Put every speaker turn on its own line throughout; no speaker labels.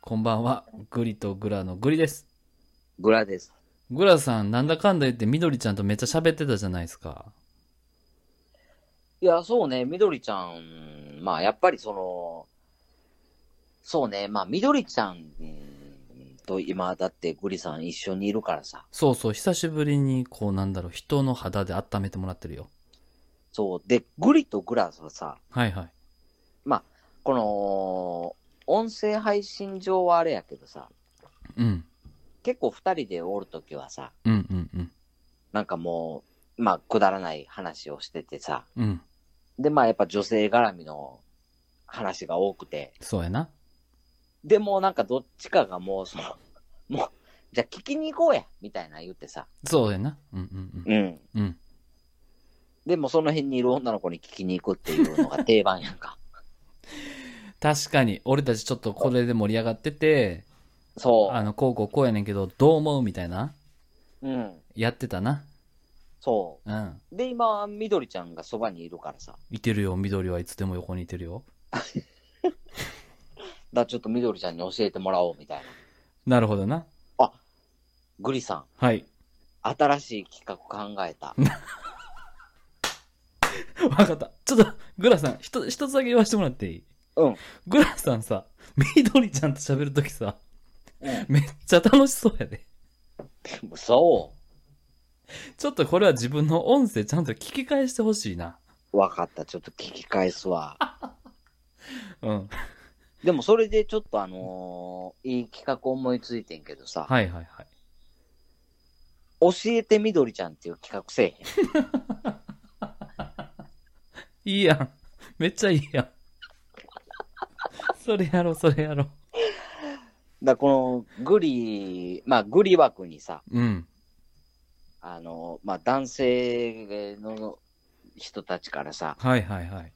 こんばんは。グリとグラのグリです。
グラです。
グラさん、なんだかんだ言ってみどりちゃんとめっちゃ喋ってたじゃないですか。
いや、そうね、みどりちゃん、まあ、やっぱりその、そうね、まあ、みどりちゃんと今、だってグリさん一緒にいるからさ、
そうそう、久しぶりに、こうなんだろう、人の肌で温めてもらってるよ。
そう、で、グリとグラはさ、
はいはい。
この、音声配信上はあれやけどさ、
うん。
結構二人でおるときはさ、
うんうんうん。
なんかもう、まあ、くだらない話をしててさ、
うん。
で、まあ、やっぱ女性絡みの話が多くて、
そうやな。
でもなんかどっちかがもうその、 もう、じゃあ聞きに行こうや、みたいな言ってさ。
そうやな。うんうん
うん。
うん。うん。
でもその辺にいる女の子に聞きに行くっていうのが定番やんか。
確かに、俺たちちょっとこれで盛り上がってて、
そ
あの、こうこうこうやねんけど、どう思うみたいな、
う。うん。
やってたな。
そ
うん。
う。で、今、みどりちゃんがそばにいるからさ。
いてるよ、緑はいつでも横にいてるよ。
だからちょっとみどりちゃんに教えてもらおうみたいな。
なるほどな。
グリさん、
はい。
新しい企画考 えた。
わかった。ちょっと、グラさん、ひと一つだけ言わせてもらっていい
うん。
グラさんさ、みどりちゃんと喋るときさ、
うん
めっちゃ楽しそうやで。
そ
ちょっとこれは自分の音声ちゃんと聞き返してほしいな。
う。わかった。ちょっと聞き返すわ。
うん。
でもそれでちょっとあのーいい企画思いついてんけどさ。
はいはいはい。
教えてみどりちゃんっていう企画せえへん。
いいやん。めっちゃいいやん。それやろう、それやろう。
だからこのグリ、まあグリ枠にさ、
うん。
あの、まあ男性の人たちからさ、
はいはいはい。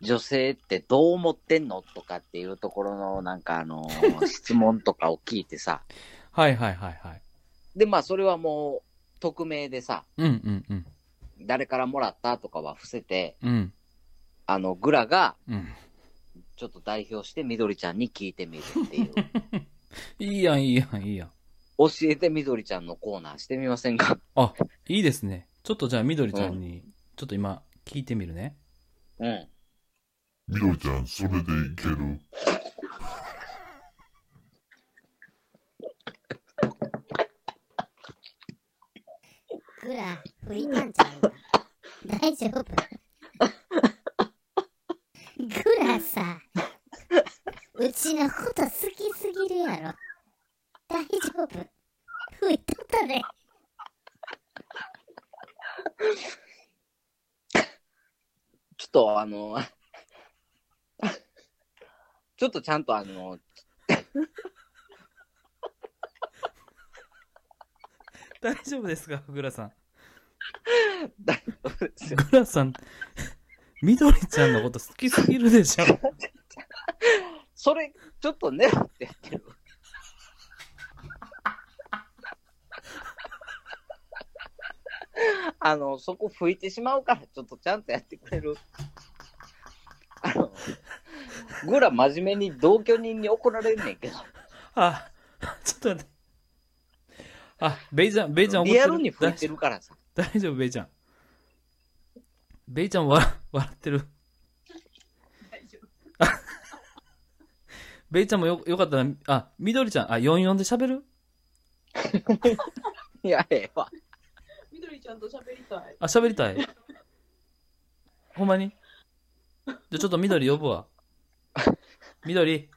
女性ってどう思ってんのとかっていうところのなんかあの、質問とかを聞いてさ、
はいはいはいはい。
でまあそれはもう匿名でさ、
うんうんうん。
誰からもらったとかは伏せて、
うん。
あの、グラが
うん。
ちょっと代表してみどりちゃんに聞いてみるっていう。
いいやん、いいやん、いいやん。
教えてみどりちゃんのコーナーしてみませんか
いいですね。ちょっとじゃあみどりちゃんに、ちょっと今、聞いてみるね。
うん。
みどりちゃん、それでいける
グラ、浮いたんちゃうの大丈夫グラさ、うちのこと好きすぎるやろ。大丈夫浮いとったで。
ちょっとあの、 ちょっとちゃんとあの、
大丈夫ですか、グラさん。
大丈夫ですよ
グラさん、みどりちゃんのこと好きすぎるでしょ。
それ、ちょっとね、ってやってる。 あの、そこ拭いてしまうから、ちょっとちゃんとやってくれる。あの、ぐら真面目に同居人に怒られんねんけど、
あ、ちょっと待って。あ、ベイちゃん、ベイちゃん怒ってる。
リアルに拭いてるからさ。
大大丈夫、ベイちゃん。ベイちゃん笑、笑ってる。大丈夫。 ベイちゃんもよ、よかったら、あ、みどりちゃん、あ、44で喋る
いや、ええわ。
みどりちゃんと喋りたい。
あ、喋りたい。ほんまにじゃあちょっと緑呼ぶわ。緑。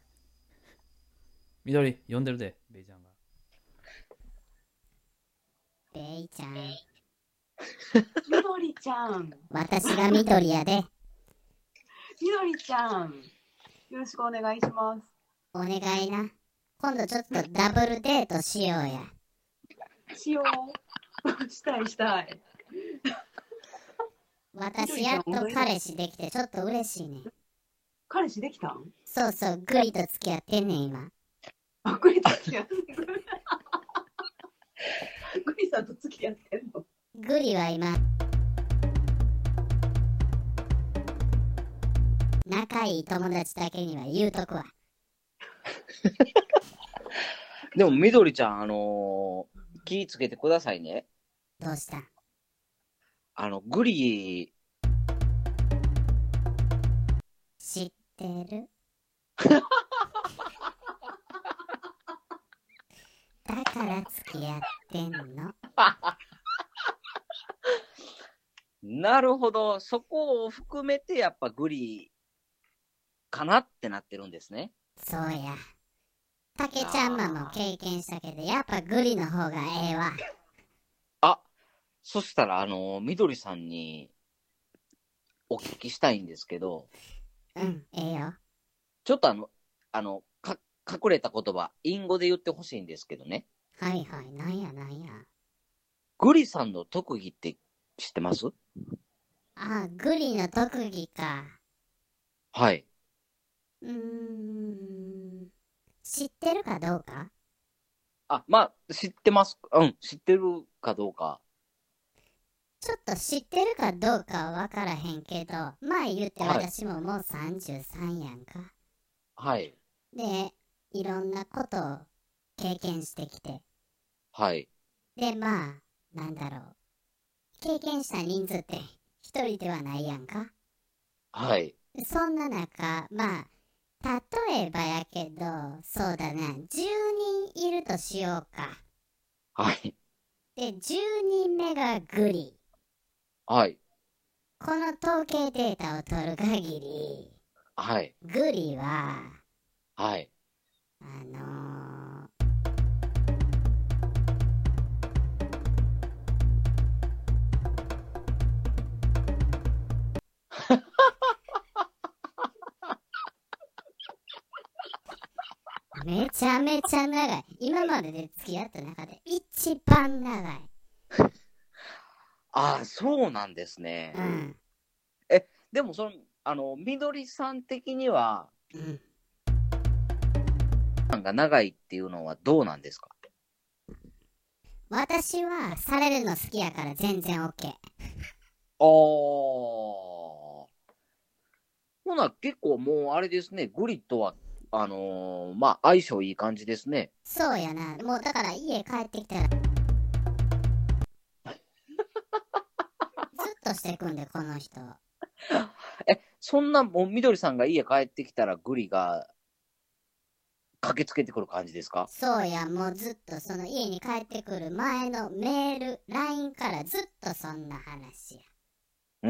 緑、呼んでるで、ベイちゃんが。
ベイちゃん、
みどりちゃん。み
私が緑やで。
どりちゃん。よろしくお願いします。
お願いな。今度ちょっとダブルデートしようや。
しよう。したいしたい。
私やっと彼氏できてちょっと嬉しいねん。
彼氏できたん
そうそう、グリと付き合ってんねん今。
あ、グリと付き合ってる。グリさんと付き合ってんの。
グリは今仲いい友達だけには言うとくわ
でも、みどりちゃん、あのー気ぃつけてくださいね。
どうしたん
あの、グリ、
知ってるだから付き合ってんの
なるほど、そこを含めて、やっぱグリ、かなってなってるんですね。
そうやたけちゃんマも経験したけどやっぱグリの方がええわ
そしたら、あのーみどりさんに、お聞きしたいんですけど、
うんええよ
ちょっとあの、あの、か、隠れた言葉、隠語で言ってほしいんですけどね。
はいはいなんやなんや
グリさんの特技って知ってます
あグリの特技か
はい。
うーん知ってるかどうか
あ、まあ、知ってます。うん、知ってるかどうか。
ちょっと知ってるかどうかは分からへんけど前言って私ももう33やんか、
はい。
でいろんなことを経験してきて
はい。
でまあなんだろう経験した人数って一人ではないやんか
はい。
そんな中まあ例えばやけどそうだな10人いるとしようか
はい。
で10人目がグリ
はい。
この統計データを取る限り
はい。
グリは
はい。
あのーめちゃめちゃ長い今までで付き合った中で一番長い
ああ、そうなんですね。
うん
でも、その、あの、みどりさん的には、
うん
さんが長いっていうのはどうなんですか
私はされるの好きやから全然 OK
ああ。ほな、結構もう、あれですね、グリとは、あのーまあ、相性いい感じですね。
そうやなもうだから家帰ってきたらずっとしてくんでこの人
そんな、もう、みどりさんが家帰ってきたら、グリが、駆けつけてくる感じですか
そうやもうずっとその家に帰ってくる前のメール LINE からずっとそんな話や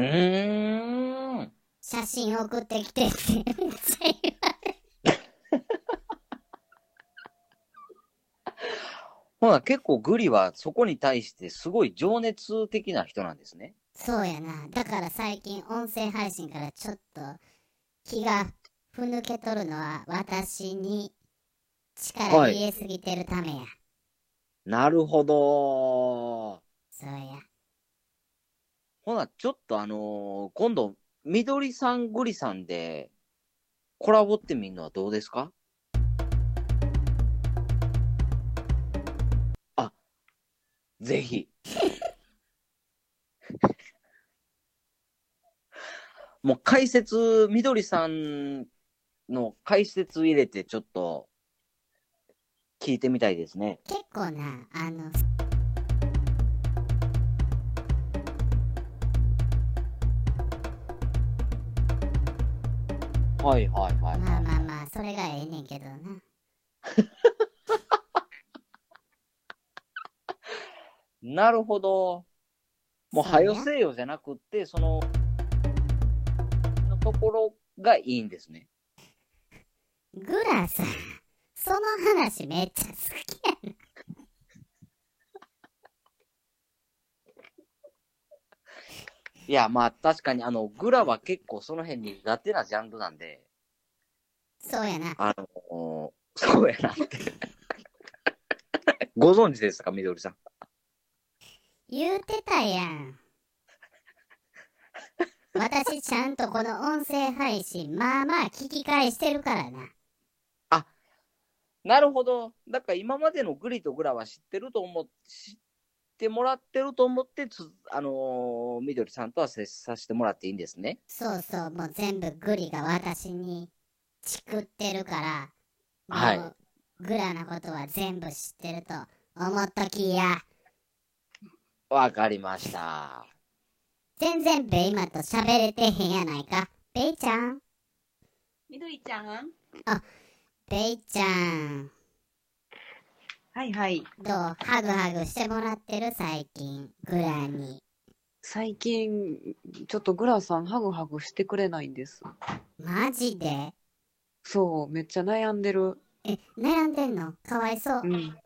うーん。
写真送ってきて ってめっちゃ言わ
ほな、結構グリはそこに対してすごい情熱的な人なんですね。
そうやなだから最近音声配信からちょっと気がふぬけとるのは私に力入れすぎてるためや、
なるほど。
そうや
ほな、ちょっとあのー今度、みどりさん、グリさんで、コラボってみるのはどうですかあ、ぜひ。 もう解説、みどりさんの解説入れて、ちょっと、聞いてみたいですね。
結構なあの
はいはいはい。
まあまあまあそれがええねんけどな
なるほど。もう、
そう
は
ね
よせよじゃなくって、その、のところがいいんですね。
グラさんその話めっちゃ好きやな
いや、まあ、確かに、あの、グラは結構その辺苦手なジャンルなんで、
そうやな
あのそうやなって。 ご存知ですか、みどりさん。
言うてたやん。私ちゃんとこの音声配信、まあまあ聞き返してるからな。
なるほど。だから今までのグリとグラは知ってると思っ知ってもらってると思ってつ、あのみどりさんとは接させてもらっていいんですね。
そうそう、もう全部グリが私にチクってるから、
はい
もうグラなことは全部知ってると思っときや。
わかりました。
全然ベイマと喋れてへんやないか。ベイちゃん。
みどりちゃん。
ベイちゃん。
はいはい。
どうハグハグしてもらってる最近。グラに。
最近、ちょっとグラさんハグハグしてくれないんです。
マジで
そう、めっちゃ悩んでる。
え、悩んでんのかわいそう
う。ん。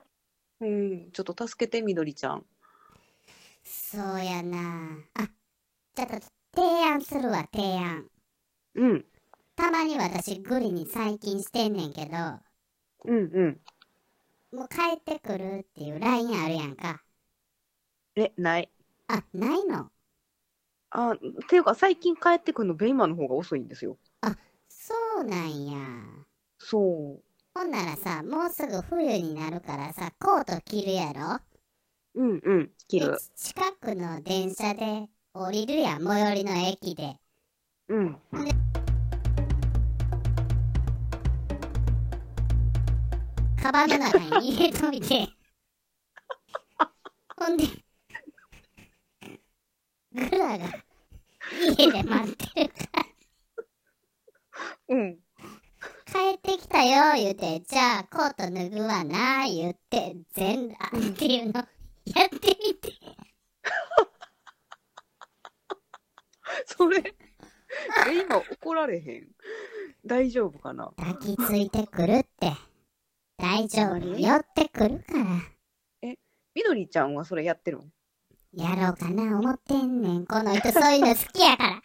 うん、ちょっと助けて、みどりちゃん。
そうやなあ、ちょっと提案するわ、提案。
うん、
たまに私グリに最近してんねんけど、
うん、うん。
もう帰ってくるっていう LINE あるやんか。
え、ない。
あ、ないの
あ、っていうか、最近帰ってくるの、ベイマの方が遅いんですよ。
そうなんや。
そ
ほんならさ、もうすぐ冬になるからさ、コート着るやろ
う。うん、うん、切
で
る。
ち近くの電車で降りるやん、最寄りの駅で。
うん。
カバンの中に入れといて。ほんで、グラが家で待ってる。
うん。
帰ってきたよ、言うて。じゃあ、コート脱ぐわな、言って。全裸っていう の、やってみて。
それ、え、今怒られへん。大丈夫かな
抱きついてくるって。大丈夫、寄ってくるから。
みどりちゃんはそれやってるの
やろうかな、思ってんねん。この人、そういうの好きやから。